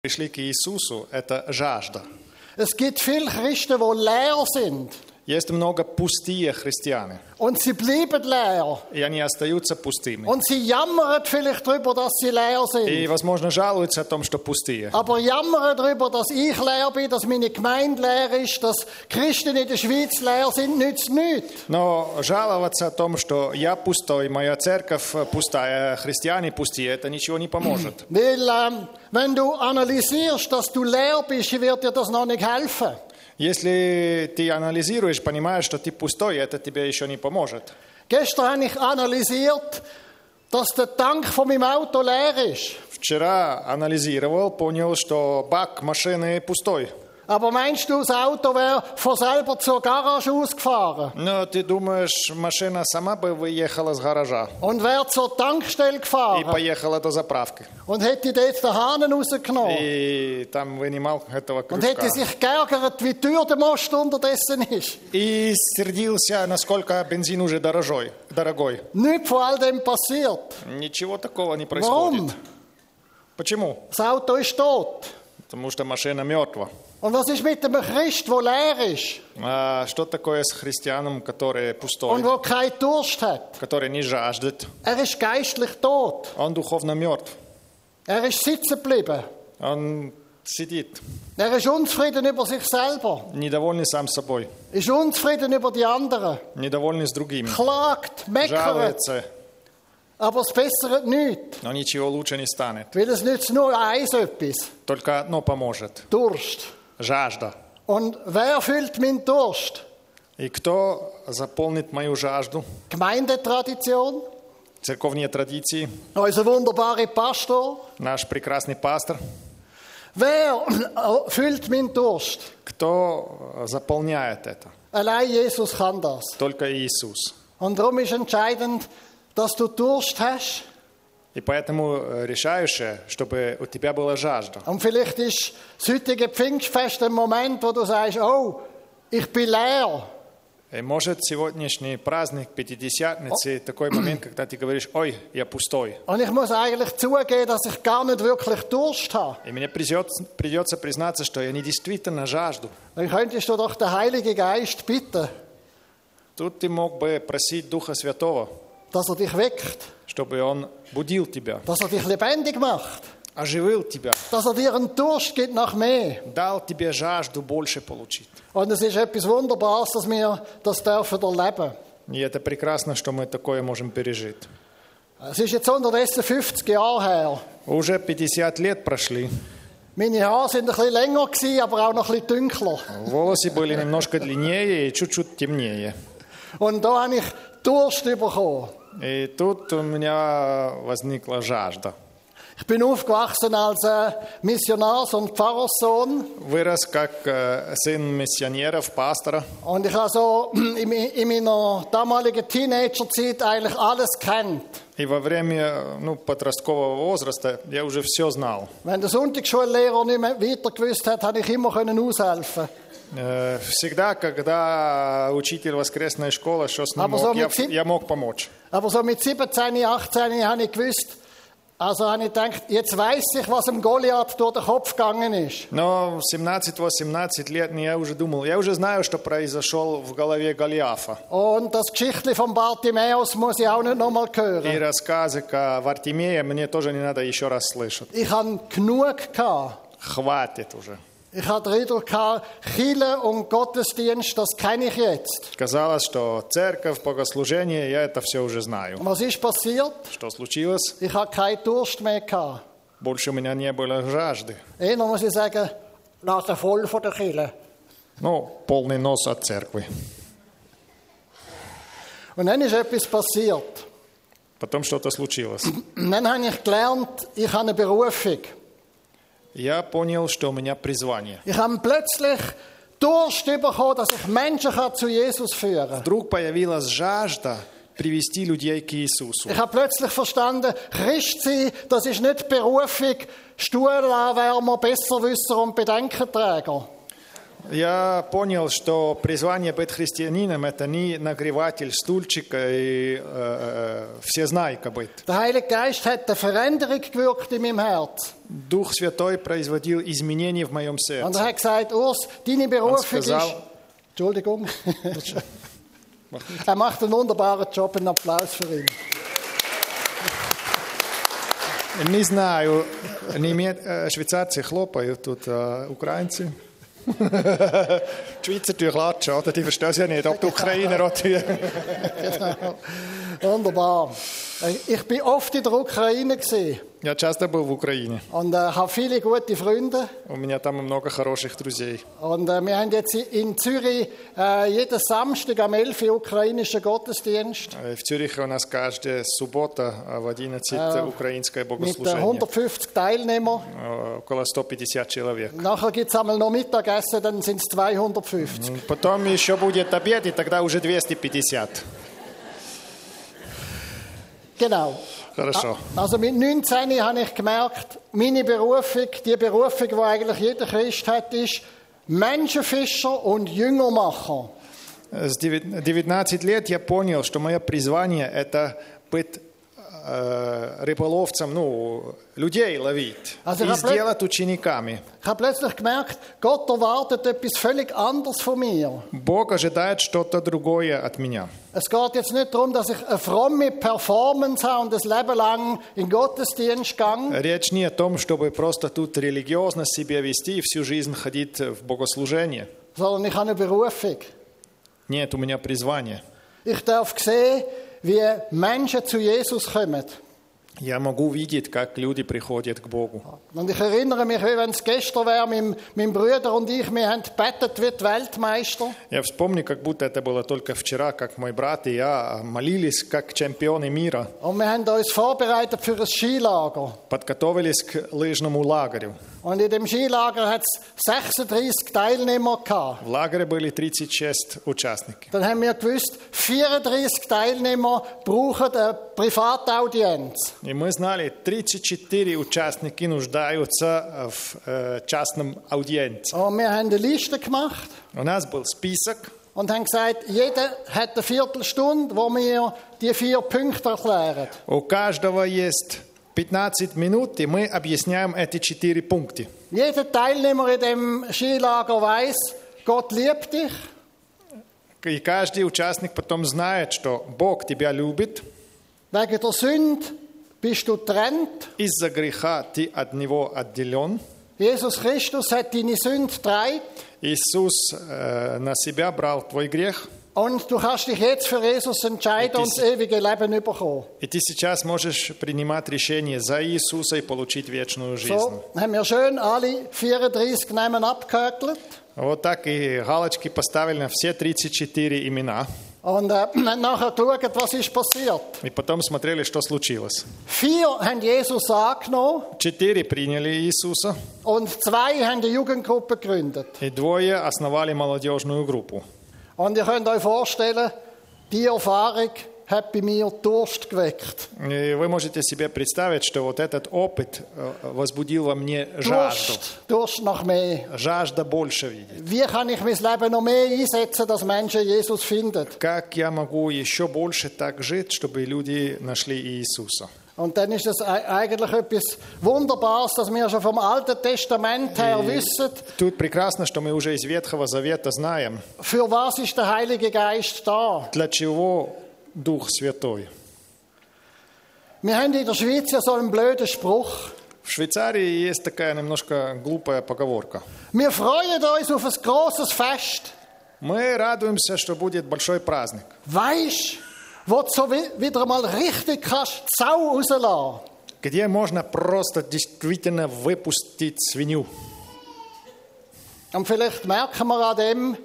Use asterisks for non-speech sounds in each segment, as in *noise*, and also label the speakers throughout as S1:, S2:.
S1: пришли к Иисусу, это жажда.
S2: Es gibt viele Christen, die leer sind
S1: Есть много пустые христиане,
S2: und sie bleiben leer.
S1: и они остаются пустыми.
S2: Und sie jammern vielleicht darüber, dass sie leer
S1: И,
S2: sind.
S1: возможно, жалуются о том, что пустые.
S2: Aber jammern darüber, dass ich leer bin, dass meine Gemeinde leer ist, dass Christen in der Schweiz leer sind, nützt nichts.
S1: Но жаловаться о том, что я пустой, моя церковь пустая, христиане пустые, это ничего не поможет.
S2: Weil, ähm, wenn du analysierst, dass du leer bist, wird dir das noch nicht helfen.
S1: Если ты анализируешь, понимаешь, что ты pустой, это тебе еще не поможет.
S2: Gestern habe ich analysiert, dass der Tank von meinem Auto leer ist.
S1: Вчера анализировал, понял, что бак машины пустой.
S2: Aber meinst du, das Auto wäre von selber zur Garage ausgefahren?
S1: Но ты думаешь, машина сама бы выехала с гаража
S2: Und wäre zur Tankstelle
S1: и
S2: gefahren?
S1: поехала до заправки.
S2: Und hätte dort den Hahn rausgenommen?
S1: И там вынимал этого
S2: Und
S1: крючка.
S2: hätte sich geärgert, wie teuer der Most unterdessen ist?
S1: И сердился, насколько бензин уже дорожой, дорогой.
S2: Nichts von all dem passiert.
S1: Ничего такого не происходит.
S2: Warum?
S1: Почему?
S2: Das Auto ist tot.
S1: Потому что машина мертва.
S2: Und was ist mit einem Christ, der leer ist
S1: А что такое с христианом, который пустой,
S2: und der keinen Durst hat?
S1: который не жаждет?
S2: Er ist geistlich tot.
S1: Он духовно мертв.
S2: Er ist sitzen geblieben.
S1: Он сидит,
S2: Er ist unzufrieden über sich selber.
S1: недовольный сам собой,
S2: Ist unzufrieden über die anderen.
S1: недовольный с другими,
S2: Klagt, meckert.
S1: жалуется,
S2: Aber es bessert nichts,
S1: но ничего лучше не станет.
S2: weil es nützt nur eins etwas,
S1: Только одно поможет –
S2: Durst.
S1: жажда.
S2: Und wer füllt meinen Durst?
S1: И кто заполнит мою жажду?
S2: Gemeindetradition,
S1: Церковные традиции,
S2: unser wunderbarer Pastor.
S1: наш прекрасный пастор.
S2: Wer *coughs* füllt meinen Durst?
S1: Кто э, заполняет это?
S2: Allein Jesus kann das.
S1: Только Иисус.
S2: Und darum ist entscheidend, dass du Durst hast.
S1: И поэтому э, решающее, чтобы у тебя была жажда.
S2: Und vielleicht ist das heutige Pfingstfest ein Moment, wo du sagst, oh, ich bin leer.
S1: И может сегодняшний праздник Пятидесятницы такой момент, когда ты говоришь, ой, я pустой.
S2: Und ich muss eigentlich zugeben, dass ich gar nicht wirklich Durst habe.
S1: И мне придется, придется признаться, что я не действительно жажду.
S2: Dann könntest du doch den Heiligen Geist bitten,
S1: Тут ты мог бы просить Духа Святого,
S2: dass er dich weckt,
S1: чтобы Он будил тебя,
S2: dass er dich lebendig macht,
S1: оживил тебя,
S2: dass er dir einen Durst gibt nach mehr.
S1: дал тебе жажду больше получить.
S2: Und es ist etwas Wunderbares, dass wir das dürfen erleben.
S1: И это прекрасно, что мы такое можем пережить.
S2: Es ist jetzt unterdessen 50 Jahre her.
S1: Уже 50 лет прошли,
S2: Meine Haare sind ein bisschen länger gewesen, aber auch noch ein bisschen dunkler.
S1: волосы были немножко длиннее и чуть-чуть темнее.
S2: Und da habe ich Durst bekommen.
S1: И тут у меня возникла жажда.
S2: Ich bin aufgewachsen als äh, Missionars- und Pfarrerssohn.
S1: Вырос как э, сын миссионеров, пастора.
S2: Und ich habe so *clears throat* in, in meiner damaligen Teenagerzeit eigentlich alles kennt.
S1: И во время ну, подросткового возраста я уже все знал.
S2: Wenn der Sonntagsschullehrer nicht mehr weiter gewusst hat, konnte ich immer können aushelfen.
S1: Э, Всегда, когда учитель воскресной школы что
S2: А
S1: мог, я,
S2: позвонить им?
S1: я мог помочь.
S2: Aber so mit 17, 18 habe ich gewusst, also habe ich gedacht, jetzt weiß ich, was dem Goliath durch den Kopf gegangen ist.
S1: Но в 17-18 лет ну, я уже думал, я уже знаю, что произошел в голове Голиафа.
S2: Und das Geschichtli von Bartimäus muss ich auch nicht nochmal
S1: И
S2: hören.
S1: рассказы о Вартимее мне тоже не надо еще раз слышать.
S2: Ich habe genug gehabt.
S1: Хватит уже.
S2: Ich hatte den Eindruck, gehabt, Kirche und Gottesdienst, das kenne ich jetzt.
S1: Казалось, что церковь, богослужение, я это все уже знаю.
S2: Und was ist passiert?
S1: Что случилось?
S2: Ich habe keinen Durst mehr gehabt.
S1: Больше у меня не было жажды.
S2: Eher muss ich sagen, Nase voll von der Kirche.
S1: Ну, полный нос от церкви.
S2: Und dann ist etwas passiert.
S1: Потом что-то случилось.
S2: Und dann habe ich gelernt, ich habe eine Berufung.
S1: Я понял, что у меня призвание.
S2: Ich habe plötzlich Durst bekommen, dass ich Menschen kann zu Jesus führen kann.
S1: Вдруг появилась жажда привести людей к Иисусу.
S2: Ich habe plötzlich verstanden, Christ sein, das ist nicht Berufung, Stuhlanwärmer, Besserwisser und Bedenkenträger.
S1: Я понял, что призвание быть христианином – это не нагреватель стульчика и э, э, всезнайка быть.
S2: Der Heilige Geist hat eine Veränderung gewirkt in meinem Herz.
S1: Дух Святой производил изменения в моем
S2: Und
S1: сердце.
S2: er hat gesagt, Urs, deine Berufung
S1: Und es versau-
S2: ist... Entschuldigung. *laughs* er macht einen wunderbaren Job, einen Applaus für ihn.
S1: Не знаю, немец- э, швейцарцы хлопают, тут э, украинцы. а Die Schweizer tun klatschen, oder? Die verstehen es ja nicht, ob die Ukrainer auch tun.
S2: Wunderbar. Ich bin oft in der Ukraine gewesen
S1: Я часто был в Украине.
S2: und äh, habe viele gute Freunde.
S1: У меня там много хороших друзей.
S2: Und äh, wir haben jetzt in Zürich äh, jeden Samstag am 11. Uhr ukrainischen Gottesdienst
S1: Э, В Цюрихе у нас каждая суббота а, в 11 украинское
S2: mit äh,
S1: богослужение.
S2: 150 Teilnehmern.
S1: Э, Около 150 человек.
S2: Nachher gibt es einmal noch Mittagessen, dann sind es 250.
S1: Потом еще будет обед, и тогда уже 250.
S2: Genau.
S1: Хорошо.
S2: Also mit 19 habe ich gemerkt, meine Berufung, die Berufung, die eigentlich jeder Christ hat, ist Menschenfischer und Jüngermacher.
S1: С девят- 19 лет я понял, что мое призвание – это быть э, рыболовцем, ну, людей ловить
S2: А за
S1: и
S2: рабля-
S1: сделать учениками.
S2: Ich habe plötzlich gemerkt, Gott erwartet etwas völlig anderes von mir.
S1: Бог ожидает что-то другое от меня.
S2: Es geht jetzt nicht darum, dass ich eine fromme Performance habe und das Leben lang in den Gottesdienst gehe.
S1: Речь не о том, чтобы просто тут религиозно себя вести и всю жизнь ходить в богослужение.
S2: sondern ich habe eine Berufung.
S1: Нет, у меня призвание.
S2: Ich darf sehen, wie Menschen zu Jesus kommen.
S1: Я могу видеть, как люди приходят к Богу.
S2: Und ich erinnere mich, wie wenn es gestern wäre, mein, mein Bruder und ich, wir haben gebetet wie die Weltmeister.
S1: Я вспомню, как будто это было только вчера, как мой брат и я молились как чемпионы мира,
S2: Und wir haben uns vorbereitet für ein Skilager.
S1: подготовились к лыжному лагерю.
S2: Und in dem Skilager hat es 36 Teilnehmer gehabt.
S1: В лагере были 36 участников.
S2: Dann haben wir gewusst, 34 Teilnehmer brauchen eine Privataudienz.
S1: И мы знали, 34 участники нуждаются в э, частном аудиенции.
S2: Und Oh, wir haben eine Liste gemacht
S1: У нас был список,
S2: und haben gesagt, jeder hat eine Viertelstunde, wo wir die vier Punkte erklären.
S1: у каждого есть 15 минут, и мы объясняем эти четыре пункта.
S2: Jeder Teilnehmer in dem Skilager weiß, Gott liebt dich.
S1: И каждый участник потом знает, что Бог тебя любит,
S2: Wegen der Sünde bist du getrennt.
S1: из-за греха ты от Него отделен.
S2: Jesus Christus hat deine Sünde getragen.
S1: Иисус э, на себя брал твой грех,
S2: Und du kannst dich jetzt für Jesus entscheiden und das ewige Leben bekommen.
S1: и ты сейчас можешь принимать решение за Иисуса и получить вечную жизнь.
S2: So haben wir schön alle 34 Namen abgehökelt
S1: Вот так и галочки поставили на все 34 имена.
S2: und äh, *clears throat* haben nachher geschaut, was ist passiert.
S1: И потом смотрели, что случилось.
S2: Vier haben Jesus angenommen
S1: Четыре приняли Иисуса,
S2: und zwei haben die Jugendgruppe gegründet.
S1: и двое основали молодежную группу.
S2: Und ihr könnt euch vorstellen, die Erfahrung hat bei mir Durst geweckt.
S1: И вы можете себе представить, что вот этот опыт э, возбudил во мне жажду.
S2: Durst, Durst nach mehr.
S1: Жажда больше видеть.
S2: Wie kann ich mein Leben noch mehr einsetzen, dass Menschen Jesus finden?
S1: Как я могу еще больше так жить, чтобы люди нашли Иисуса?
S2: Und dann ist es ei- eigentlich etwas Wunderbares, dass wir schon vom Alten Testament her wissen,
S1: Тут прекрасно, что мы уже из Ветхого Завета знаем,
S2: für was ist der Heilige Geist da.
S1: для чего Дух Святой.
S2: Wir haben in der Schweiz ja so einen blöden Spruch.
S1: В Швейцарии есть такая немножко глупая поговорка.
S2: Wir freuen uns auf ein grosses Fest.
S1: Мы радуемся, что будет большой праздник.
S2: Weisst, wo du so wi- wieder mal richtig kannst, die Sau rauslassen.
S1: Где можно просто действительно выпустить свинью?
S2: Und vielleicht merken wir an dem,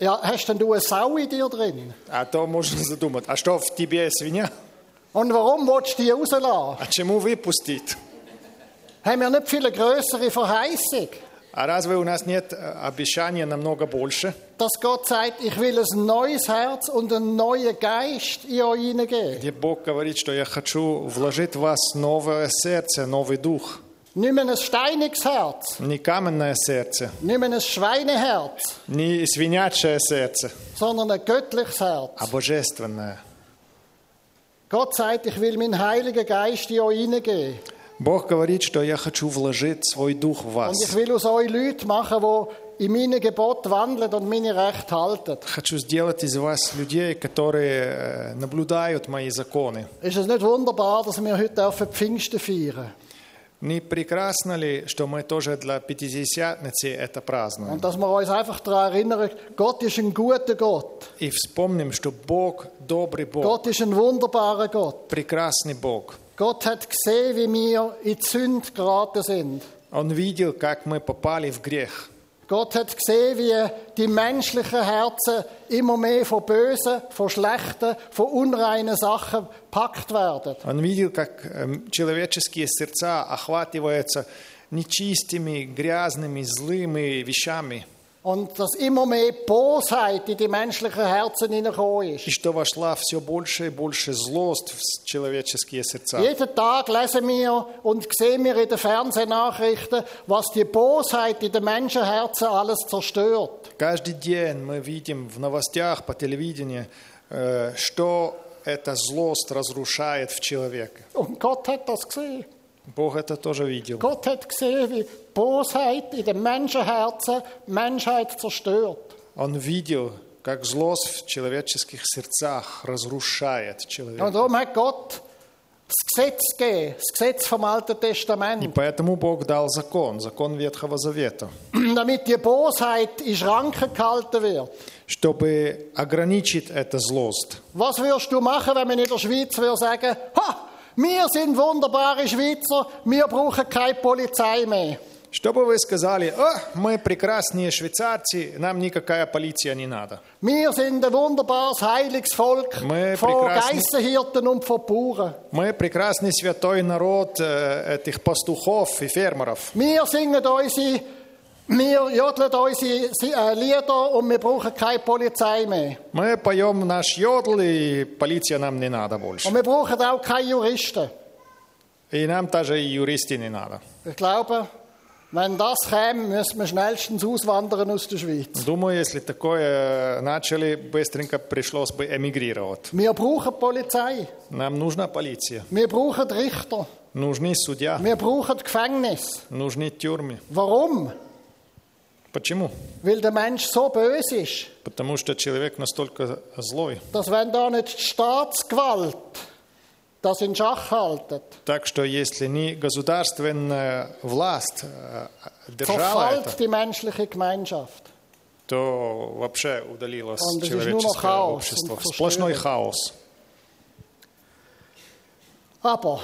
S2: ja, hast denn du eine Sau in dir drin?
S1: А то можно задумать, а что в тебе свинья?
S2: Und warum willst du die rauslassen?
S1: А чему выпустить?
S2: Haben wir nicht viel eine grössere Verheißung?
S1: А разве у нас нет э, обещания намного больше?
S2: dass Gott sagt, ich will ein neues Herz und einen neuen Geist in euch hineingeben.
S1: Где Бог говорит, что я хочу вложить в вас новое сердце, новый дух.
S2: Nicht mehr ein steiniges Herz,
S1: Ni kamenné srdce,
S2: nicht mehr ein Schweineherz,
S1: ni svinjačije srdce,
S2: sondern ein göttliches Herz.
S1: a božestvené.
S2: Gott sagt, ich will meinen Heiligen Geist in euch hineingeben.
S1: Бог говорит, что я хочу вложить свой дух в
S2: Und ich
S1: вас.
S2: will aus euch Leute machen, die in meine Gebote wandeln und meine Rechte halten.
S1: Хочу сделать из вас людей, которые э, наблюдают мои законы.
S2: Ist es nicht wunderbar, dass wir heute dürfen Pfingsten feiern
S1: Не прекрасно ли, что мы тоже для Пятидесятницы это празднуем?
S2: Und dass wir uns einfach daran erinnern, Gott ist ein guter Gott.
S1: И вспомним, что Бог добрый Бог,
S2: Gott ist ein wunderbarer Gott.
S1: прекрасный Бог.
S2: Gott hat gesehen, wie wir in die Sünde geraten sind.
S1: Он видел, как мы попали в грех.
S2: Gott hat gesehen, wie die menschlichen Herzen immer mehr von bösen, von schlechten, von unreinen Sachen gepackt werden.
S1: Он видел, как эм, человеческие сердца охватываются нечистыми, грязными, злыми вещами.
S2: Und dass immer mehr Bosheit in die menschlichen Herzen hineingekommen
S1: И
S2: ist.
S1: что вошла все больше и больше злость в с- человеческие сердца.
S2: Jeden Tag lesen wir und sehen wir in den Fernsehnachrichten, was die Bosheit in den Menschenherzen alles zerstört.
S1: Каждый день мы видим в новостях, по телевидению, э, что эта злость разрушает в человеке.
S2: Und Gott hat das gesehen.
S1: Бог это тоже видел.
S2: Gott hat gesehen, wie Bosheit in den Menschenherzen die Menschheit zerstört.
S1: Он видел, как злость в человеческих сердцах разрушает человека.
S2: Und darum hat Gott das Gesetz gegeben, das Gesetz vom Alten
S1: И
S2: Testament, *clears throat*
S1: поэтому Бог дал закон, закон Ветхого Завета,
S2: damit die Bosheit in Schranken gehalten wird.
S1: чтобы ограничить это злость.
S2: Was würdest du machen, wenn man in der Schweiz würde sagen, ha, wir sind wunderbare Schweizer, wir brauchen keine Polizei mehr.
S1: Чтобы вы сказали, «О, мы прекрасные швейцарцы, нам никакая полиция не надо.
S2: Wir sind ein wunderbares, heiliges Volk
S1: Wir
S2: von
S1: prekrassen-
S2: Geissenhirten und von Bauern.
S1: Мы прекрасный святой народ э, этих пастухов и фермеров.
S2: Wir singen unsere, wir jodeln unsere Si- äh, Lieder und wir brauchen keine Polizei mehr.
S1: Мы поем наш йодл, и полиция нам не надо больше.
S2: Und wir brauchen auch keine Juristen.
S1: И нам даже и юристы не надо.
S2: Ich glaube, wenn das käme, müssten wir schnellstens auswandern aus der Schweiz.
S1: Думаю, если такое начали, быстренько пришлось бы эмигрировать.
S2: Wir brauchen Polizei,
S1: Нам нужна полиция,
S2: wir brauchen Richter.
S1: нужны судья,
S2: Wir brauchen Gefängnis.
S1: нужны тюрьмы.
S2: Warum?
S1: Почему?
S2: Weil der Mensch so böse ist,
S1: Потому что человек настолько злой.
S2: dass wenn da nicht die Staatsgewalt das in Schach haltet,
S1: Так что если не государственная власть э, держала
S2: verfällt
S1: это,
S2: die menschliche Gemeinschaft.
S1: то вообще удалилось
S2: Он даже ну на
S1: человеческое
S2: хаос, он
S1: общество.
S2: просто
S1: Сплошной
S2: живет.
S1: хаос.
S2: Aber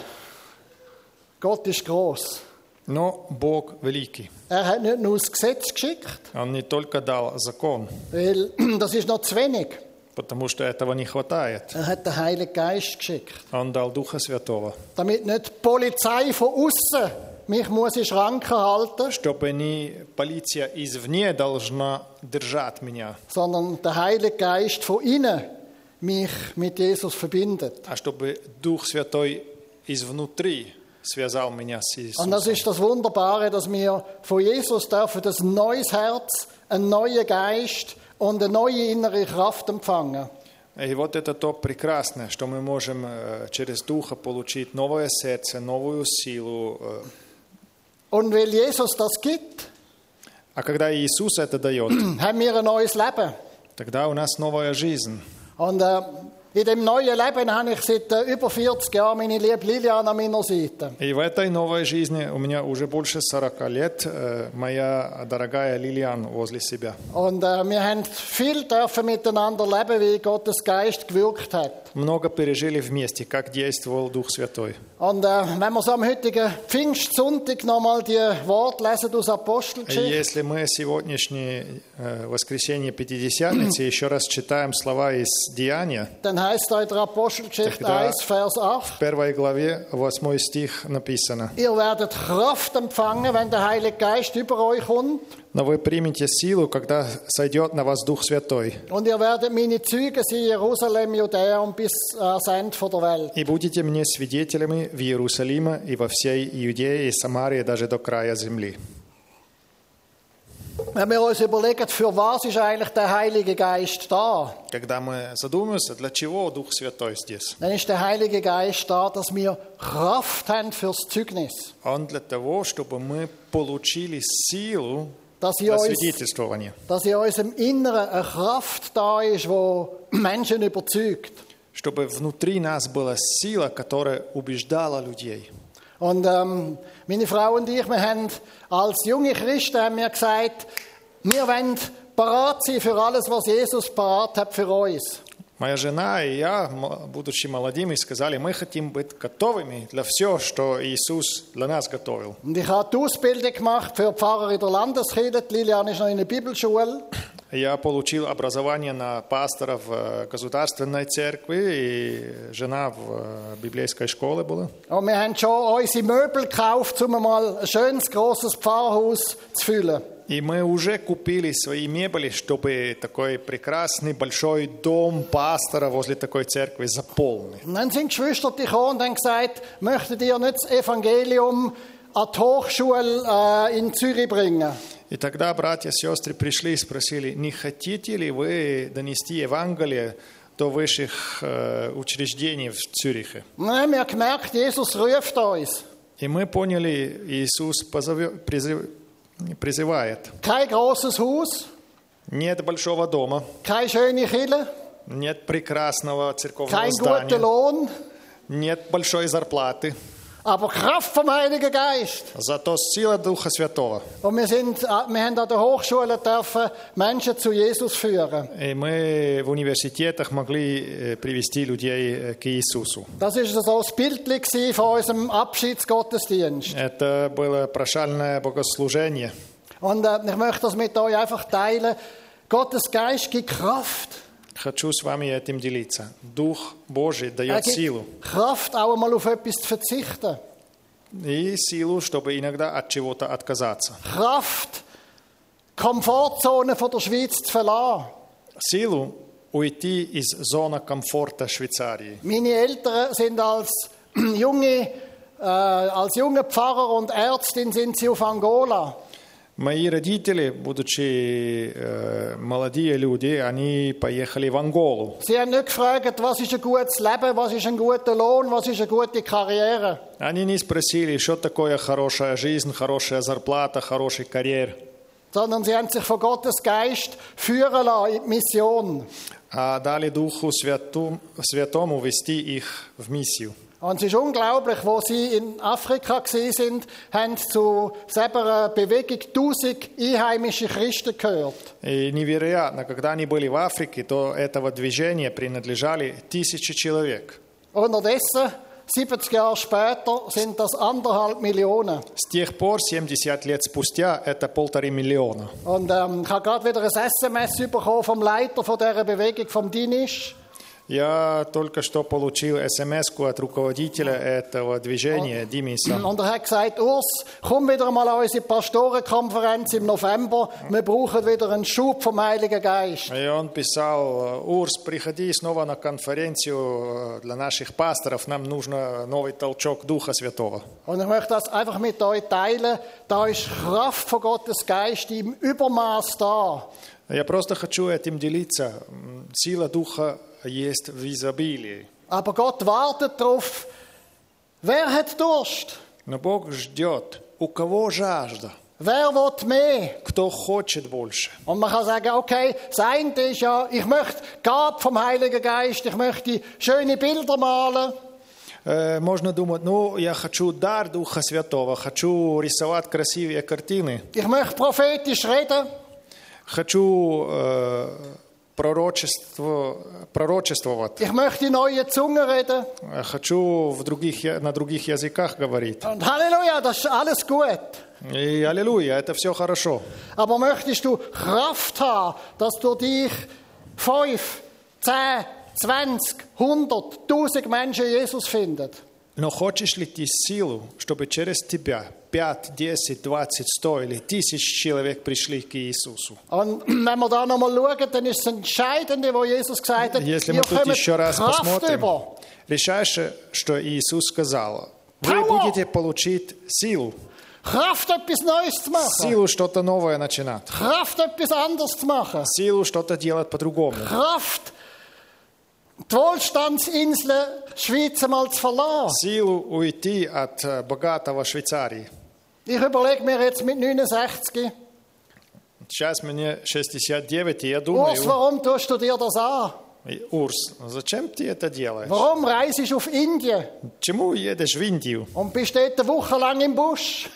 S2: Gott ist groß.
S1: Но Бог великий.
S2: Er hat nicht nur das Gesetz geschickt,
S1: Он не только дал закон,
S2: weil *clears throat* das ist noch zu wenig.
S1: потому что этого не хватает.
S2: Er hat den Heiligen Geist geschickt,
S1: Он дал Духа Святого,
S2: damit nicht die Polizei von außen mich muss in Schranken halten,
S1: чтобы не полиция извне должна держать меня,
S2: sondern der Heilige Geist von innen mich mit Jesus verbindet.
S1: а чтобы Дух Святой изнутри связал меня с
S2: Und das
S1: Иисусом.
S2: ist das Wunderbare, dass wir von Jesus dürfen ein neues Herz, einen neuen Geist und eine neue innere Kraft empfangen.
S1: И вот это то прекрасное, что мы можем э, через Духа получить новое сердце, новую силу. э.
S2: Und weil Jesus das gibt,
S1: А когда Иисус это дает,
S2: haben wir ein neues Leben.
S1: тогда у нас новая жизнь.
S2: Und äh, in dem neuen Leben habe ich seit äh, über 40 Jahren meine liebe Lilian an meiner Seite.
S1: И в этой новой жизни у меня уже больше 40 лет э, моя дорогая Лилиан возле себя.
S2: Und äh, wir haben viel dürfen miteinander leben, wie Gottes Geist gewirkt hat.
S1: Много пережили вместе, как действовал Дух Святой.
S2: Und äh, wenn wir so am heutigen Pfingstsonntag nochmal die Worte lesen aus
S1: И
S2: Apostelgeschichte,
S1: если мы сегодняшнее э, воскресенье Пятидесятницы еще раз читаем слова из Деяния,
S2: Dann heißt da in der Apostelgeschichte
S1: Da-
S2: 1, Vers 8,
S1: в первой главе 8 стих написано.
S2: ihr werdet Kraft empfangen, wenn der Heilige Geist über euch kommt
S1: но вы примете силу, когда сойдет на вас Дух Святой,
S2: Und ihr werdet meine Zeugen sein, in Jerusalem, Judäa und bis äh, ans Ende von der Welt.
S1: и будете мне свидетелями в Иерусалиме и во всей Иудее и Самарии, даже до края земли.
S2: Wenn wir uns überlegen, für was ist eigentlich der Heilige Geist da,
S1: Когда мы задумаемся, для чего Дух Святой здесь?
S2: dann ist der Heilige Geist da, dass wir Kraft haben fürs Zeugnis.
S1: Он для того, чтобы мы получили силу
S2: Dass ihr,
S1: для
S2: uns,
S1: свидетельствования,
S2: dass in unserem Inneren eine Kraft da ist, die Menschen überzeugt.
S1: чтобы внутри нас была сила, которая убеждала людей.
S2: Und ähm, meine Frau und ich, wir haben als junge Christen haben wir gesagt, wir wollen parat sein für alles, was Jesus parat hat für uns.
S1: Моя жена и я, м- будучи молодыми, сказали, мы хотим быть готовыми для всего, что Иисус для нас готовил.
S2: Und ich habe die Ausbildung gemacht für Pfarrer in der Landeskirche. Die Lilian ist noch in der Bibelschule.
S1: Я получил образование на пастора в э, государственной церкви, и жена в э, библейской школе была.
S2: Und wir haben schon unsere Möbel gekauft, um mal ein schönes, grosses Pfarrhaus zu füllen.
S1: И мы уже купили свои мебели, чтобы такой прекрасный большой дом пастора возле такой церкви заполнить.
S2: Und dann sind Geschwister gekommen und haben gesagt, möchtet ihr nicht das Evangelium an die Hochschule äh, in Zürich bringen?
S1: И тогда братья и сестры пришли и спросили, не хотите ли вы донести Евангелие до высших э, учреждений в Цюрихе?
S2: Und dann haben wir gemerkt, Jesus ruft uns.
S1: И мы поняли, Иисус позовё- призыв- призывает.
S2: Kein grosses Haus,
S1: Нет большого дома,
S2: keine schöne Kille,
S1: нет прекрасного церковного
S2: kein guter
S1: здания,
S2: Lohn,
S1: нет большой зарплаты,
S2: aber Kraft vom Heiligen Geist.
S1: зато сила Духа Святого.
S2: Und wir, sind, äh, wir haben an der Hochschule dürfen Menschen zu Jesus führen.
S1: И мы в университетах могли э, привести людей э, к Иисусу.
S2: Das war so das Bild gewesen von unserem Abschiedsgottesdienst.
S1: Это было прошальное богослужение.
S2: Und äh, ich möchte das mit euch einfach teilen. Gottes Geist gibt Kraft.
S1: Хочу с вами этим делиться. Дух Божий
S2: Er
S1: дает силу.
S2: gibt Kraft, auch einmal auf etwas zu verzichten.
S1: И силу, чтобы иногда от чего-то отказаться.
S2: Kraft, die Komfortzone von der Schweiz zu verlassen.
S1: Силу уйти из зоны комфорта Швейцарии.
S2: Meine Eltern sind als *clears throat* junge, äh, als junge Pfarrer und Ärztin sind sie auf Angola.
S1: Мои родители, будучи э, молодые люди, они поехали в Анголу.
S2: Sie haben nicht gefragt, was ist ein gutes Leben, was ist ein guter Lohn, was ist eine gute Karriere.
S1: Они не спросили, что такое хорошая жизнь, хорошая зарплата, хороший карьер.
S2: Sondern sie haben sich von Gottes Geist führen lassen in die Mission.
S1: а дали Духу Святу- Святому вести их в миссию.
S2: Und es ist unglaublich, wo sie in Afrika gewesen sind, haben zu selber einer Bewegung 1000 einheimische Christen gehört.
S1: И невероятно, когда они были в Африке, то этого движения принадлежали тысячи человек.
S2: Unterdessen, 70 Jahre später, sind das anderthalb Millionen.
S1: С тех пор, 70 лет спустя, это полторы миллиона.
S2: Und ähm, ich habe gerade wieder ein SMS bekommen vom Leiter von dieser Bewegung, vom Dinisch.
S1: Я только что получил смс от руководителя этого движения, Димиса.
S2: Und er hat gesagt, Urs, komm wieder mal an unsere Pastorenkonferenz im November. Wir brauchen wieder einen Schub vom Heiligen Geist.
S1: И он писал, Урс, приходи снова на конференцию э, для наших пасторов, нам нужно новый толчок Духа Святого.
S2: Und ich möchte das einfach mit euch teilen. Da ist Kraft von Gottes Geist im Übermaß da.
S1: Я просто хочу этим делиться. М, Сила Духа есть в изобилии.
S2: Aber Gott wartet darauf. Wer hat Durst?
S1: Но Бог ждет. У кого жажда?
S2: Wer will mehr?
S1: Кто хочет больше?
S2: Und man kann sagen, okay, das eine ist ja, ich möchte Gab vom Heiligen Geist, ich möchte schöne Bilder malen.
S1: Э, Можно думать, ну, я хочу дар Духа Святого, хочу рисовать красивые картины,
S2: Ich möchte prophetisch reden.
S1: хочу э, пророчество, пророчествовать,
S2: Ich möchte in neue Zungen reden.
S1: э, хочу в других, я- на других языках говорить.
S2: Und Halleluja, das ist alles gut.
S1: И аллилуйя, это все хорошо.
S2: Aber möchtest du Kraft haben, dass durch dich 5, 10, 20, 100, 1000 Menschen Jesus finden?
S1: Но хочешь ли ты силу, чтобы через тебя 5, 10, 20 стоили. Тысячи человек пришли к Иисусу.
S2: Und wenn wir da nochmal schauen, dann ist das Entscheidende, wo Jesus gesagt hat,
S1: Если
S2: ihr
S1: мы тут
S2: kommt
S1: еще раз
S2: Kraft
S1: посмотрим,
S2: über.
S1: решаешь, что Иисус сказал, вы
S2: Power!
S1: будете получить силу.
S2: Kraft, etwas Neues zu machen.
S1: Силу что-то новое начинать.
S2: Kraft, etwas anderes zu machen.
S1: Силу что-то делать по-другому.
S2: Kraft, die Wohlstandsinsel Schweiz einmal zu verlassen.
S1: Силу уйти от э, богатого Швейцарии.
S2: Ich überlege mir jetzt mit 69,
S1: Сейчас мне 69, и я
S2: Urs,
S1: думаю,
S2: warum tust du dir das an?
S1: «Эй, Урс, зачем ты это делаешь?
S2: Warum reist du auf Indien
S1: Чему едешь в Индию
S2: und bist dort eine Woche lang im Busch?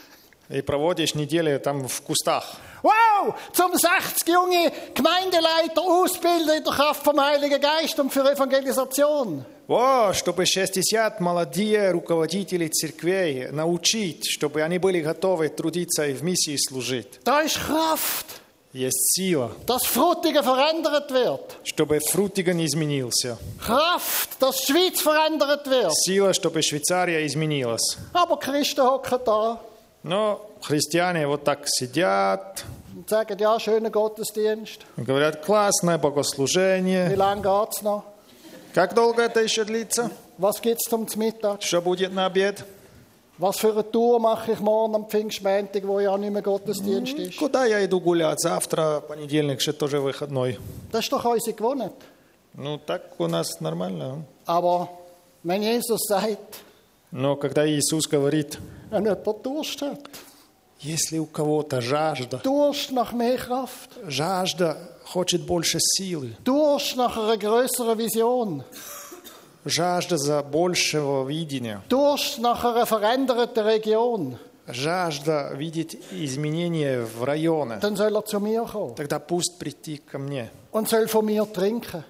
S1: и проводишь недели там в кустах?
S2: Wow! Zum 60 junge Gemeindeleiter ausbilden in der Kraft vom Heiligen Geist und für Evangelisation.
S1: О, чтобы 60 молодые руководителей церквей научить, чтобы они были готовы trudиться и в миссии служить.
S2: Da ist Kraft,
S1: Есть сила,
S2: dass Frutigen verändert wird.
S1: чтобы Фрутиген изменился.
S2: Kraft, dass die Schweiz verändert wird.
S1: Сила, чтобы Швейцария изменилась.
S2: Aber die Christen hocken da
S1: Но христиане вот так сидят,
S2: und sagen, ja, schöner Gottesdienst.
S1: говорят, классное
S2: Wie
S1: богослужение.
S2: lange geht's noch?
S1: Как долго это еще длится?
S2: Was gibt's zum Mittag?
S1: Что будет на обед?
S2: Was für eine Tour mache ich morgen am Pfingstmäntig, wo ja nicht mehr Gottesdienst ist?
S1: Куда я иду гулять? Завтра, понедельник, же тоже выходной.
S2: Das ist doch unsere Gewohnheit.
S1: Ну, так у нас нормально.
S2: Aber wenn Jesus sagt,
S1: Но когда Иисус говорит,
S2: wenn jemand Durst hat,
S1: Если у кого-то жажда,
S2: Durst nach mehr Kraft,
S1: жажда хочет больше силы,
S2: Durst nach einer größeren Vision,
S1: жажда за большего видения,
S2: Durst nach einer veränderten Region,
S1: жажда видеть изменения в районе,
S2: dann soll er zu mir kommen
S1: тогда пусть прийти ко мне
S2: und soll von mir trinken.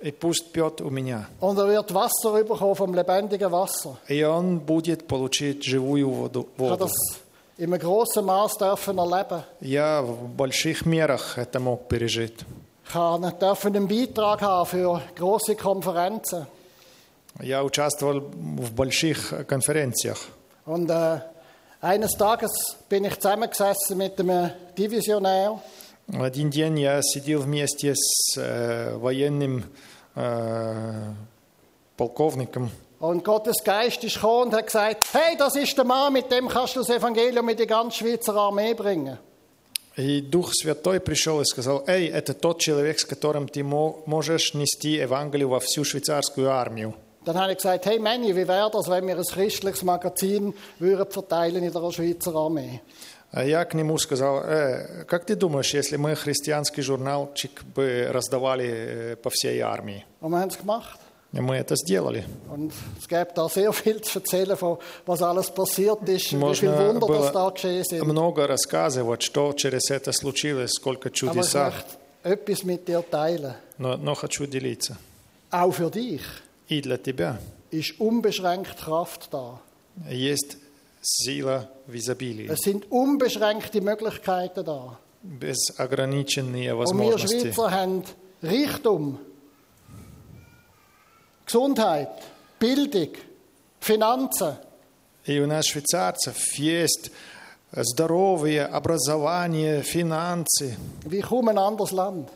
S1: и пусть пьет у меня.
S2: Und er wird Wasser bekommen vom lebendigen Wasser.
S1: И он будет получить живую воду.
S2: Ich habe
S1: воду.
S2: das in einem grossen Maß dürfen erleben.
S1: Я в больших мерах это мог пережить.
S2: Ich habe- dürfen einen Beitrag haben für große Konferenzen.
S1: Я участвовал в больших конференциях.
S2: Und äh, eines Tages bin ich zusammengesessen mit einem Divisionär
S1: Один день я сидел вместе с э, военным э, полковником,
S2: und Gottes Geist ist gekommen und hat gesagt, hey, das ist der Mann, mit dem kannst du das Evangelium in die ganze Schweizer Armee bringen.
S1: и Дух Святой пришел и сказал, «Эй, это тот человек, с которым ты мо- можешь нести Евангелие во всю швейцарскую армию».
S2: Dann habe ich gesagt, hey Manny, wie wäre das, wenn wir ein christliches Magazin würden verteilen in der Schweizer Armee?
S1: А я к нему сказал, «Э, «Как ты думаешь, если мы христианский журналчик бы раздавали э, по всей армии?»
S2: Und wir haben es gemacht.
S1: И мы это сделали.
S2: Und es gibt da sehr viel zu erzählen, von was alles passiert ist, wie viele
S1: Можно
S2: Wunder das da
S1: было
S2: geschehen sind.
S1: много рассказывать, что через это случилось, сколько
S2: Aber ich
S1: чудеса,
S2: möchte etwas mit dir teilen.
S1: но- но хочу делиться.
S2: Auch für dich
S1: И для тебя
S2: ist unbeschränkt Kraft da.
S1: есть сила в изобилии,
S2: Es sind unbeschränkte Möglichkeiten da.
S1: безограниченные
S2: Und wir
S1: возможности.
S2: Schweizer haben Reichtum, Gesundheit, Bildung, Finanzen.
S1: И у нас, швейцарцев, есть здоровье, образование, финансы
S2: Wie kaum ein anderes Land.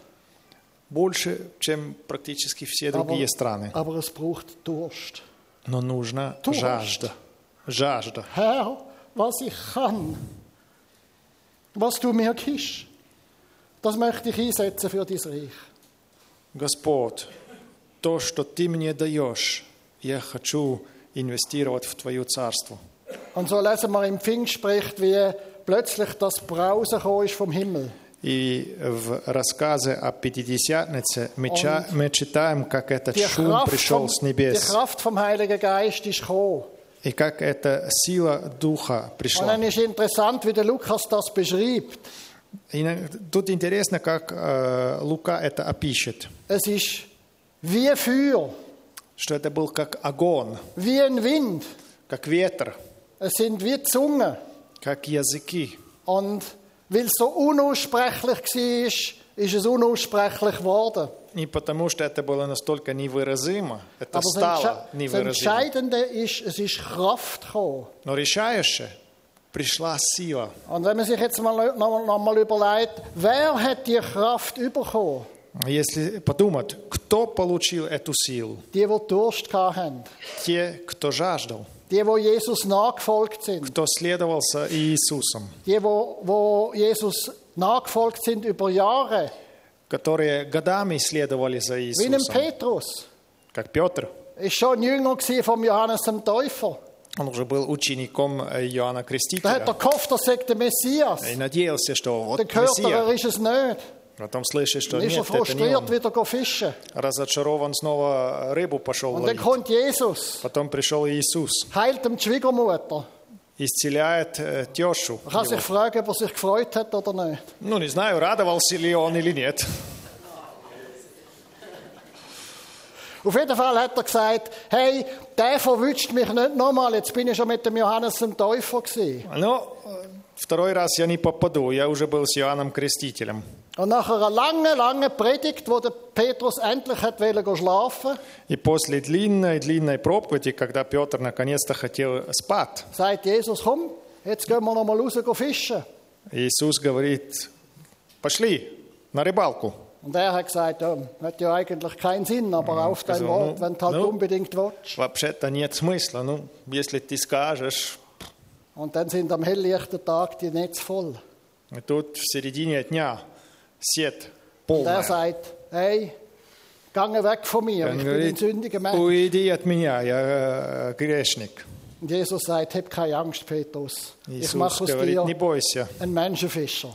S1: больше, чем практически все
S2: Aber,
S1: другие страны.
S2: aber es braucht Durst.
S1: Но нужна
S2: Durst.
S1: жажда. Жажда.
S2: Herr, was ich kann, was du mir gibst, das möchte ich einsetzen für dein Reich.
S1: Господь, то, что Ты мне даешь, я хочу инвестировать в Твое Царство.
S2: Und so lesen wir im Pfingstspricht, wie plötzlich das Brausen gekommen ist vom Himmel.
S1: И в рассказе о Пятидесятнице мы, ча- мы читаем, как этот
S2: Die
S1: шум
S2: Kraft, vom,
S1: пришел с
S2: die
S1: небес,
S2: Kraft vom Heiligen Geist ist gekommen.
S1: и как эта сила Духа
S2: Und
S1: пришла.
S2: dann ist interessant, wie der Lukas das beschreibt.
S1: И на- тут интересно, как э, Лука это опишет,
S2: Es ist wie Feuer,
S1: что это был как огонь,
S2: wie ein Wind.
S1: как ветер,
S2: Es sind wie Zungen.
S1: как языки.
S2: Und weil es so unaussprechlich war, ist es unaussprechlich geworden.
S1: Не потому, что это было настолько невыразимо, это
S2: Aber das,
S1: стало
S2: Entsche das
S1: невыразимо.
S2: Entscheidende ist, es ist Kraft gekommen.
S1: Но решающее, пришла сила.
S2: Und wenn man sich jetzt mal, noch, noch mal überlegt, wer hat die Kraft bekommen?
S1: Если подумать, кто получил эту силу?
S2: Die, die Durst hatten.
S1: Те, кто жаждал,
S2: Die, die Jesus nachgefolgt sind.
S1: кто следовался Иисусом,
S2: Die, die, die Jesus nachgefolgt sind über Jahre.
S1: которые годами следовали за
S2: Wie einem
S1: Иисусом.
S2: Petrus.
S1: Как Петр,
S2: Ist schon jünger gewesen vom Johannes dem Täufer.
S1: он уже был учеником э, Иоанна
S2: Da hat er
S1: Крестителя.
S2: gehofft, er sei der Messias.
S1: И надеялся, что вот
S2: Dann gehört er, er
S1: Мессия.
S2: ist es nicht.
S1: Потом слышит, что
S2: Dann ist er
S1: нет, это не
S2: frustriert,
S1: он.
S2: wieder go fischen.
S1: Разочарован снова рыбу пошел
S2: Und dann
S1: ловить.
S2: kommt Jesus,
S1: Потом пришел Иисус,
S2: heilt dem die Schwiegermutter.
S1: исцеляет э, тешу.
S2: Man kann
S1: его.
S2: sich fragen, ob er sich gefreut hat oder nicht.
S1: Ну, не знаю, радовался ли он или нет.
S2: Auf jeden Fall hat er gesagt, hey, der verwünscht mich nicht nochmal, jetzt bin ich schon mit dem Johannes dem Täufer gewesen.
S1: Но э, второй раз я не попаду, я уже был с Иоанном Крестителем.
S2: Und nach einer langen, langen Predigt, wo der Petrus endlich hat wollen gehen schlafen,
S1: И после длинной-длинной проповеди, когда Петр наконец-то хотел спать,
S2: sagt Jesus, komm, jetzt gehen wir nochmal raus gehen fischen.
S1: Иисус говорит, пошли на рыбалку.
S2: Und er hat gesagt, ja, hat ja eigentlich keinen Sinn, aber auf dein
S1: also,
S2: Wort, wenn du halt
S1: no.
S2: unbedingt willst.
S1: Вообще-то нет смысла, ну, если ты скажешь.
S2: Und dann sind am helllichten Tag die Netze voll.
S1: И тут в середине дня сет
S2: Und
S1: полная.
S2: er sagt, hey, gange weg von mir,
S1: Он
S2: ich bin ein
S1: говорит,
S2: sündiger Mensch.
S1: уйди от меня, я э, грешник.
S2: Und Jesus sagt, hab keine Angst, Petrus. Ich
S1: Иисус
S2: mache aus
S1: говорит, не
S2: dir
S1: бойся,
S2: einen Menschenfischer.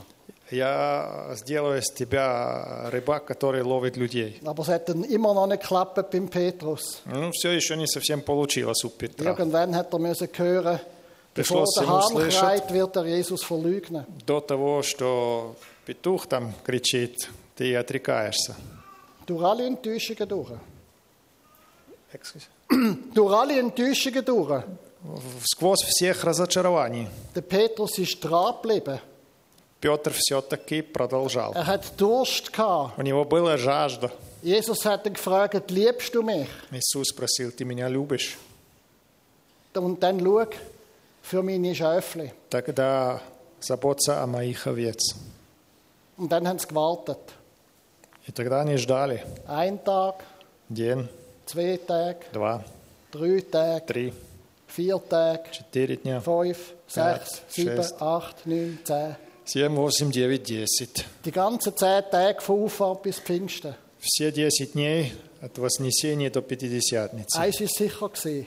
S1: я сделаю из тебя рыбак, который ловит людей.
S2: Aber es hat dann immer noch nicht geklappt beim Petrus.
S1: Ну, все еще не совсем получилось у Петра.
S2: Irgendwann hat er müssen hören, bevor
S1: Beschloss,
S2: der
S1: er muss
S2: Hahn
S1: löschen.
S2: schreit, wird er Jesus verleugnen.
S1: До того, что петух там кричит, ты отрекаешься.
S2: Durch alle Enttäuschungen durch. Durch alle Enttäuschungen durch.
S1: В- Сквозь всех разочарований
S2: Der Petrus ist dran geblieben.
S1: Петр все-таки продолжал.
S2: Er hat Durst gehabt.
S1: У него была жажда.
S2: Jesus hat ihn gefragt, liebst du mich?
S1: Иисус спросил, ты меня любишь?
S2: Und dann schau für meine Schäfle.
S1: Тогда заботься о моих овец.
S2: Und dann haben sie gewartet.
S1: И тогда они ждали.
S2: Ein Tag,
S1: День,
S2: zwei Tage,
S1: два,
S2: drei Tage,
S1: три,
S2: vier Tage,
S1: четыре дня,
S2: fünf,
S1: Ja,
S2: sechs, sieben,
S1: schlecht.
S2: acht, neun, zehn.
S1: семь, восемь, девять, десять.
S2: Die ganzen zehn Tage von Auffahrt bis Pfingsten.
S1: Все десять дней от Вознесения до Пятидесятницы.
S2: Eins war sicher, gewesen.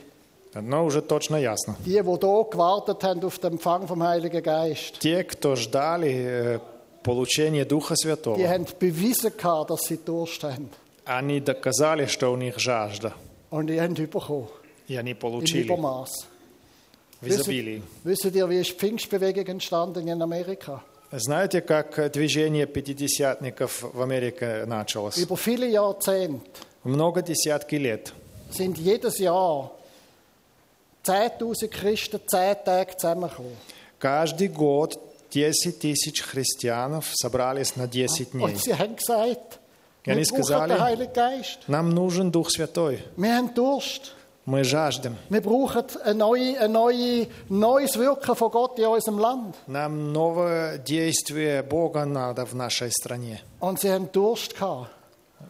S1: Одно уже точно ясно.
S2: die, die hier gewartet haben auf den Empfang vom Heiligen Geist,
S1: Те, кто ждали э, получения Духа
S2: die
S1: Святого,
S2: haben bewiesen, gehabt, dass sie Durst haben.
S1: они доказали, что у них жажда,
S2: Und die haben bekommen,
S1: и они
S2: im
S1: получили
S2: Übermaß.
S1: в изобилии.
S2: wisst ihr, wie ist die Pfingstbewegung entstanden in Amerika?
S1: Знаете, как э, движение пятидесятников в Америке началось?
S2: Über viele Jahrzehnte
S1: Много десятки лет.
S2: sind jedes Jahr 10.000 Christen 10 Tage zusammengekommen.
S1: Каждый год 10 тысяч христианов собрались на 10 дней.
S2: Und sie haben gesagt,
S1: Ja,
S2: wir
S1: nicht
S2: brauchen
S1: gesagt.
S2: den Heiligen Geist.
S1: Нам нужен Дух Святой.
S2: Wir haben Durst.
S1: Мы жаждем.
S2: Wir brauchen ein neue, ein neue, neues Wirken von Gott in unserem Land.
S1: Нам новое действие Бога надо в нашей стране.
S2: Und sie haben Durst gehabt.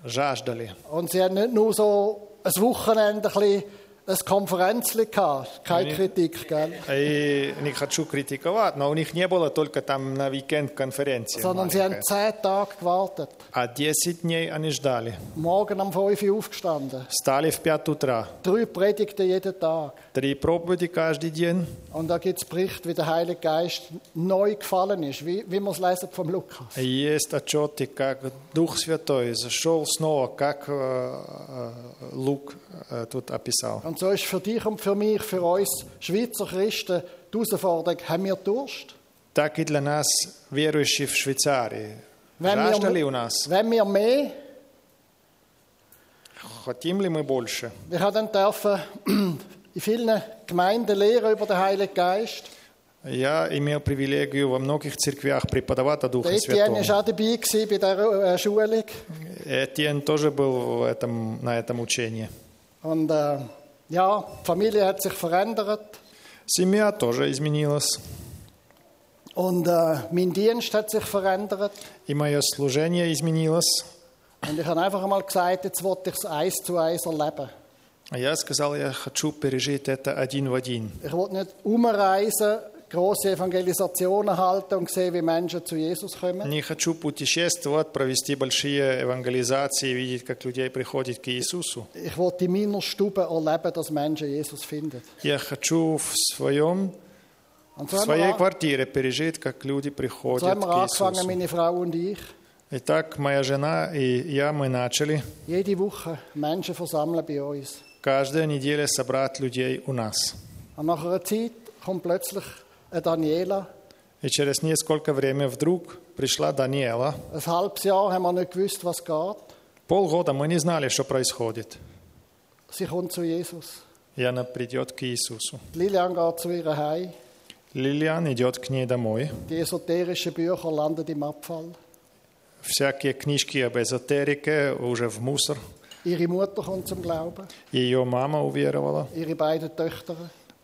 S1: Жаждали.
S2: Und sie haben nicht nur so ein Wochenende ein bisschen ein Konferenzli gehabt. Keine
S1: Nee.
S2: Kritik, gell?
S1: И не хочу критиковать, но у них не было только там на уикенд конференции.
S2: Sondern sie haben zehn Tage gewartet.
S1: А 10 дней они ждали.
S2: Morgen um 5 Uhr aufgestanden.
S1: Встали в 5 утра.
S2: Drei Predigten jeden Tag.
S1: Три проповеди каждый день.
S2: Und da gibt es Berichte, wie der Heilige Geist neu gefallen ist, wie, wie wir es lesen vom Lukas.
S1: И Есть отчеты, как Дух Святой зашел снова, как э, э, Лук э, тут описал.
S2: Und so ist für dich und für mich, für uns Schweizer Christen die Herausforderung, haben wir Durst?
S1: Так и для нас, верующих в Швейцарии.
S2: Wenn
S1: Жажда ли
S2: wir,
S1: у нас?
S2: wenn wir mehr,
S1: Хотим ли мы больше?
S2: ich habe dann dürfen *clears throat* in vielen Gemeinden lehren über den Heiligen Geist.
S1: Я имел привилегию во многих церквях преподавать о
S2: Der
S1: Духе
S2: Etienne
S1: Святом.
S2: war auch dabei gewesen bei dieser äh, Schulung.
S1: Этьен тоже был в этом, на этом учении.
S2: Und äh, ja, die Familie hat sich verändert.
S1: Семья тоже изменилась.
S2: Und äh, mein Dienst hat sich verändert.
S1: I moje služenje izmenilось.
S2: Und ich habe einfach einmal gesagt, jetzt will ich es eins zu eins erleben.
S1: А Я сказал, я хочу пережить это один в один.
S2: Ich will nicht umreisen, große Evangelisationen halten und sehen, wie Menschen zu Jesus kommen.
S1: Не хочу путешествовать, провести большие евангелизации, видеть, как людей приходят к Иисусу.
S2: Ich will in meiner Stube erleben, dass Menschen Jesus finden.
S1: Я хочу в, своем,
S2: Und
S1: в
S2: so haben wir,
S1: своей
S2: an-
S1: квартире пережить, как люди
S2: so
S1: приходят
S2: haben wir
S1: к
S2: angefangen,
S1: Иисусу.
S2: meine Frau und ich,
S1: Итак, моя жена и я, мы начали
S2: jede Woche Menschen versammeln bei uns.
S1: каждая неделя собрать людей у нас.
S2: Und nach einer Zeit kommt plötzlich eine Daniela.
S1: И через несколько времени вдруг пришла Даниэла.
S2: Ein halbes Jahr haben wir nicht gewusst, was geht.
S1: Полгода мы не знали, что происходит.
S2: Sie kommt zu Jesus.
S1: И она придет к Иисусу.
S2: Die Lilian geht zu ihr heim.
S1: Лилиан идет к ней домой.
S2: Die esoterischen Bücher landen im Abfall.
S1: Всякие книжки об эзотерике уже в мусор.
S2: Ihre Mutter kommt zum Glauben.
S1: Ее мама уверовала,
S2: Ihre beiden Töchter.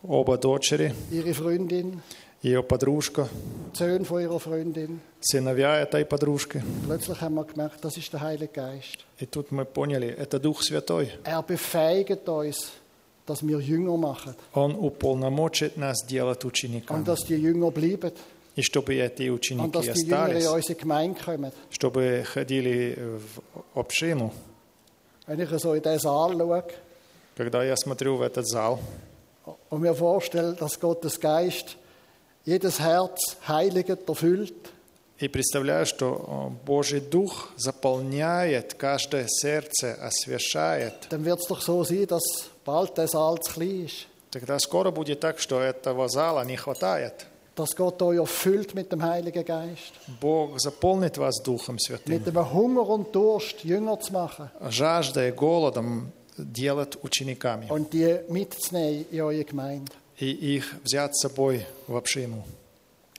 S1: оба дочери,
S2: Ihre Freundin.
S1: ее подружка,
S2: die Söhne von ihrer Freundin.
S1: сыновья этой подружки.
S2: Plötzlich haben wir gemerkt, das ist der Heilige Geist.
S1: И тут мы поняли, это Дух Святой.
S2: Er befähigt uns, dass wir Jünger machen
S1: Он уполномочит нас делать
S2: und
S1: учениками.
S2: dass die Jünger bleiben
S1: И чтобы эти
S2: und
S1: ученики
S2: dass die Jünger in
S1: остались,
S2: unsere Gemeinde kommen.
S1: чтобы ходили в общину.
S2: Wenn ich so in diesen Saal schaue
S1: Когда я смотрю в этот зал,
S2: und mir vorstelle, dass Gottes Geist jedes Herz heiligend erfüllt,
S1: И представляю, что э, Божий Дух заполняет каждое сердце, освящает.
S2: dann wird es doch so sein, dass bald der Saal zu klein ist.
S1: Тогда скоро будет так, что этого зала не хватает.
S2: Dass Gott euch erfüllt mit dem Heiligen Geist.
S1: Bог заполнит вас Духом Святым.
S2: Mit dem Hunger und Durst, Jünger zu machen
S1: Жаждой, голодом делать учениками.
S2: und die mitzunehmen in eure Gemeinde.
S1: И их взять с собой в общину.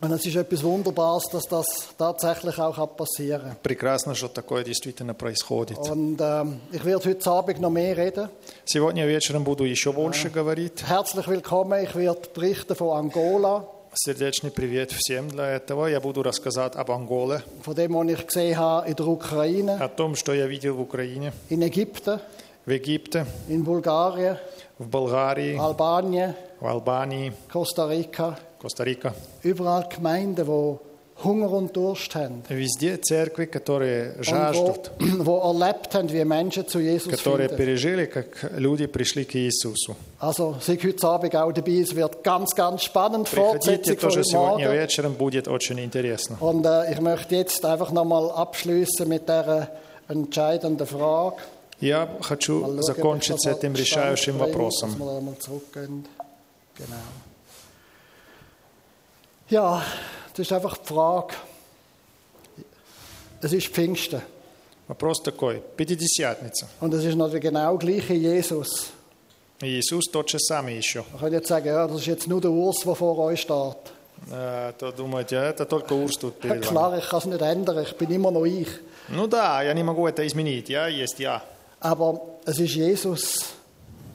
S2: Und es ist etwas Wunderbares, dass das tatsächlich auch passieren
S1: Прекрасно, что такое действительно происходит.
S2: kann. Und ähm, ich werde heute Abend noch mehr reden.
S1: Сегодня вечером буду еще больше говорить.
S2: Herzlich willkommen, ich werde berichten von Angola,
S1: Сердечный привет всем для этого. Я буду рассказать об Анголе,
S2: von dem, was ich gesehen habe in der Ukraine,
S1: о том, что я видел в Украине,
S2: in Ägypten,
S1: в Египте,
S2: in Bulgarien,
S1: в Болгарии,
S2: Albanien,
S1: в Албании,
S2: Costa Rica.
S1: Коста-Рика.
S2: Überall Gemeinden, die Hunger und Durst haben.
S1: Везде церкви, которые жаждут,
S2: Und *clears throat* wo, wo erlebt haben, wie Menschen zu Jesus
S1: которые
S2: finden.
S1: пережили, как люди пришли к Иисусу.
S2: Also seid heute Abend auch dabei, es wird ganz, ganz spannend,
S1: Приходите
S2: Fortsetzung von
S1: тоже
S2: heute
S1: сегодня
S2: Morgen.
S1: вечером, будет очень интересно.
S2: Und äh, ich möchte jetzt einfach nochmal abschließen mit dieser entscheidenden Frage.
S1: Я хочу
S2: Mal schauen, ob
S1: закончить
S2: ich
S1: с
S2: das
S1: этим
S2: mal
S1: решающим
S2: stand bringe, Dass
S1: вопросом.
S2: wir da mal zurückgehen. Genau. Ja, das ist einfach die Frage. Es ist Pfingsten.
S1: Вопрос такой. Пятидесятница.
S2: Und es ist noch der genau gleiche Jesus.
S1: И Иисус тот же самый еще.
S2: Man könnte jetzt sagen, ja, das ist jetzt nur der Urs, der vor euch steht.
S1: Э, То думаете, «А, это только Урс тут
S2: Ja,
S1: перед вами.
S2: klar, ich kann es nicht ändern, ich bin immer noch ich.
S1: Ну да, я не могу это изменить. Я есть я.
S2: Aber es ist Jesus,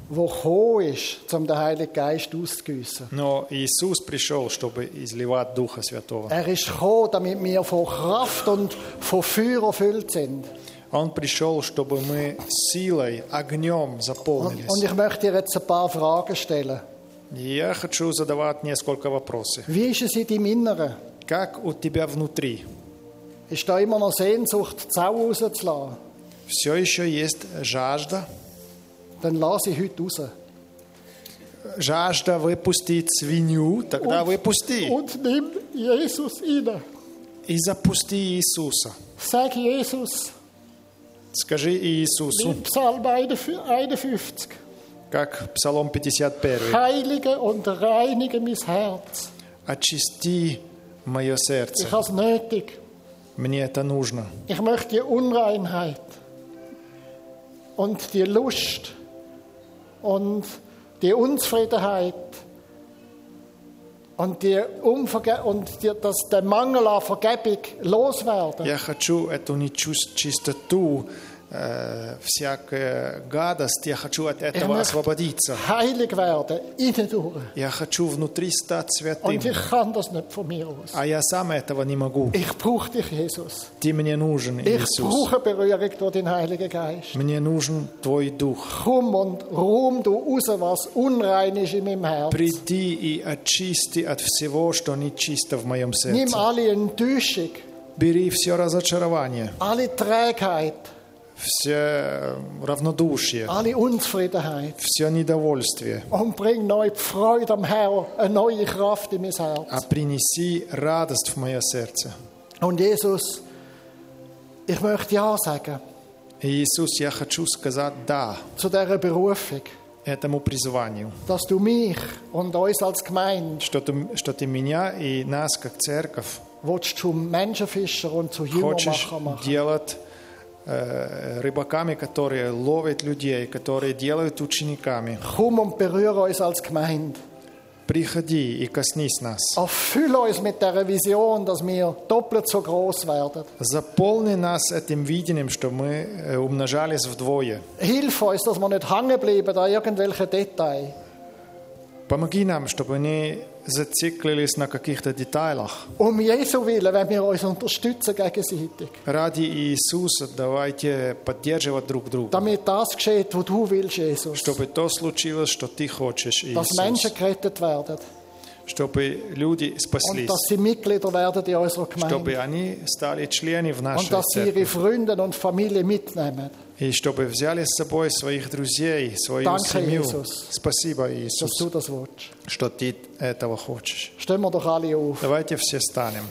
S2: der gekommen ist, um den Heiligen Geist auszugießen.
S1: Но Иисус пришел, чтобы изливать Духа Святого.
S2: Er ist gekommen, damit wir von Kraft und von Feuer erfüllt sind.
S1: Он пришел, чтобы мы силой, огнем
S2: Und, und
S1: заполнились.
S2: ich möchte dir jetzt ein paar Fragen stellen.
S1: Я хочу задавать несколько вопросов.
S2: Wie ist es in deinem Inneren?
S1: Как у тебя внутри?
S2: Ist da immer noch Sehnsucht, die Sau rauszulassen?
S1: Все еще есть жажда?
S2: Dann lass sie heute raus.
S1: Жажда выпустить свинью? Тогда выпусти.
S2: Und nimm Jesus rein.
S1: И запусти Иисуса.
S2: Sag Jesus,
S1: Скажи Иисусу,
S2: Psalm 51,
S1: как Псалом 51.
S2: heilige und reinige mein Herz.
S1: Очисти мое сердце.
S2: Ich habe es nötig.
S1: Мне это нужно.
S2: Ich möchte die Unreinheit und die Lust und die Unzufriedenheit und, die Unverge und die, das, der Mangel an Vergebung loswerden.
S1: Я хочу эту нечистоту, э, всякая гадость, я хочу от
S2: Ich
S1: этого
S2: möchte
S1: освободиться.
S2: heilig werden, innen durch.
S1: Я хочу внутри стать
S2: Und
S1: святым.
S2: ich kann das nicht von mir aus.
S1: А я сам этого не могу.
S2: Ich brauche dich, Jesus.
S1: Ты мне нужен,
S2: Ich
S1: Иисус.
S2: brauche Berührung durch den Heiligen Geist.
S1: Мне нужен Твой Дуch.
S2: Komm und ruhm du raus, was unrein ist in meinem Herzen.
S1: Приди и очисти от всего, что нечисто в моем
S2: Nimm
S1: сердце.
S2: alle Enttäuschung,
S1: Бери все разочарование,
S2: alle Trägheit,
S1: все э, равнодушие,
S2: alle Unzufriedenheit
S1: все недовольствие,
S2: und bring neue Freude am Herrn, eine neue Kraft in mein Herz.
S1: а принеси радость в мое сердце.
S2: Und Jesus, ich möchte Ja sagen
S1: И, Иисус, я хочу сказать «да»
S2: zu dieser Berufung,
S1: этому призванию,
S2: dass du mich und uns als Gemeinde
S1: что ты, что ты меня и нас, как церковь,
S2: willst zu Menschenfischer und zu
S1: хочешь
S2: Jüngermacher machen.
S1: делать э, рыбаками, которые ловят людей, которые делают учениками.
S2: Komm und berühre uns als Gemeinde.
S1: Приходи и коснись нас.
S2: Erfülle uns mit der Vision, dass wir doppelt so groß werden.
S1: Заполни нас этим видением, что мы э, умножались вдвое.
S2: Hilf uns, dass wir nicht hängen bleiben an irgendwelchen Details.
S1: Помоги нам, чтобы мы не зациклились на каких-то деталях.
S2: Um Jesu Willen, wenn wir uns unterstützen gegenseitig.
S1: Ради Иисуса давайте поддерживать друг друга,
S2: Damit das geschieht, was du willst, Jesus.
S1: чтобы то случилось, что ты хочешь,
S2: Dass
S1: Иисус.
S2: Menschen gerettet werden.
S1: Чтобы люди
S2: Und
S1: спаслись,
S2: dass sie Mitglieder werden in unserer Gemeinde.
S1: чтобы они стали членами в
S2: Und
S1: нашей
S2: dass sie
S1: церкви.
S2: ihre Freunde und Familie mitnehmen.
S1: И чтобы взяли с собой своих друзей, свою
S2: Danke,
S1: семью.
S2: Иисус.
S1: Спасибо,
S2: Dass
S1: Иисус,
S2: du das willst.
S1: что ты этого хочешь.
S2: Stehen wir doch alle auf.
S1: Давайте все станем.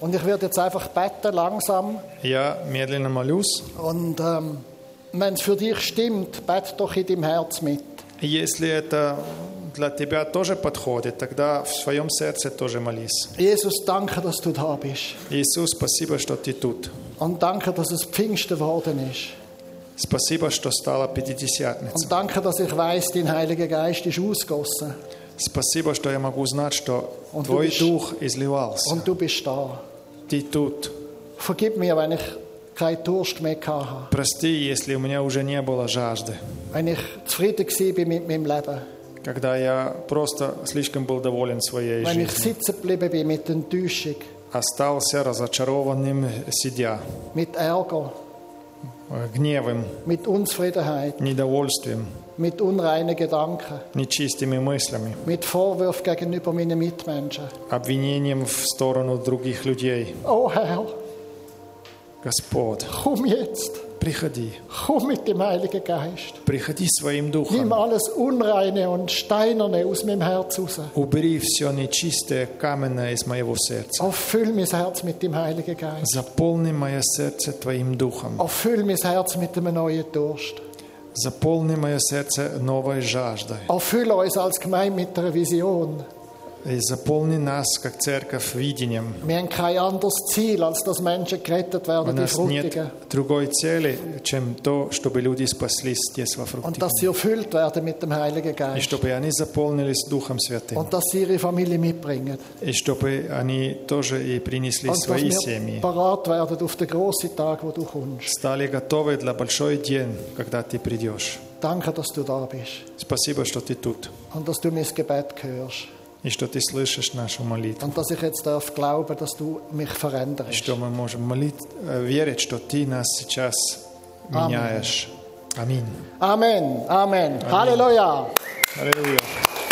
S2: Und ich werde jetzt einfach beten, langsam.
S1: Я медленно молюсь.
S2: Und ähm, wenn es für dich stimmt, bete doch in deinem Herz mit.
S1: Если это для тебя тоже подходит, тогда в своем сердце тоже молись.
S2: Jesus, danke, dass du da bist.
S1: Иисус, спасибо, что ты тут.
S2: Und danke, dass es Pfingsten geworden ist.
S1: Спасибо, что стала Пятидесятница.
S2: Und danke, dass ich weiß, dein Heiliger Geist ist ausgossen.
S1: Спасибо, что я могу знать, что
S2: Он
S1: Твой
S2: любишь.
S1: Дух изливался.
S2: Und du bist da.
S1: Ты тут.
S2: Vergib mir, wenn ich keinen Durst mehr hatte.
S1: Прости, если у меня уже не было жажды,
S2: Wenn ich zufrieden war mit meinem Leben.
S1: когда я просто слишком был доволен своей
S2: Wenn ich
S1: жизнью.
S2: sitzen geblieben bin mit Enttäuschung,
S1: остался разочарованным, сидя,
S2: mit Ärger,
S1: э, гневом,
S2: mit Unzufriedenheit,
S1: недовольствием,
S2: mit unreinen Gedanken,
S1: нечистыми мыслями,
S2: mit Vorwürfen gegenüber meinen Mitmenschen.
S1: обвинением в сторону других людей.
S2: Oh Herr,
S1: Господь,
S2: komm jetzt.
S1: приходи,
S2: Komm mit dem Heiligen Geist.
S1: приходи своим
S2: Nimm
S1: духом,
S2: alles Unreine und Steinerne aus meinem Herz raus.
S1: убери все нечистое, каменное из моего сердца.
S2: Erfüll mein Herz mit dem Heiligen Geist.
S1: Заполни мое сердце Твоим духом.
S2: Erfüll mein Herz mit einem neuen Durst.
S1: Заполни мое сердце новой жаждой.
S2: Erfüll uns als Gemeinde mit einer Vision.
S1: И заполни нас, как церковь, видением.
S2: Wir haben kein anderes Ziel, als dass Menschen gerettet
S1: У
S2: werden, die
S1: нас
S2: Fruchtigen.
S1: нет другой цели, чем то, чтобы люди спаслись здесь во
S2: Und
S1: Фруктике.
S2: dass sie erfüllt werden mit dem Heiligen
S1: И
S2: Geist.
S1: чтобы они заполнились Духом Святым.
S2: Und dass sie ihre Familie mitbringen.
S1: И чтобы они тоже и принесли
S2: Und dass
S1: свои
S2: wir
S1: семьи.
S2: parat werden auf den grossen Tag, wo du kommst.
S1: Стали готовы для большой день, когда ты придешь.
S2: Danke, dass du da bist.
S1: Спасибо, что ты тут.
S2: Und dass du mein Gebet hörst.
S1: И что ты слышишь нашу молитву.
S2: Und dass ich jetzt darf glauben, dass du mich
S1: И
S2: veränderst.
S1: что мы можем молить, э, верить, что ты нас сейчас меняешь. Аминь.
S2: Amen. Amen. Halleluja.
S1: Аллилуйя.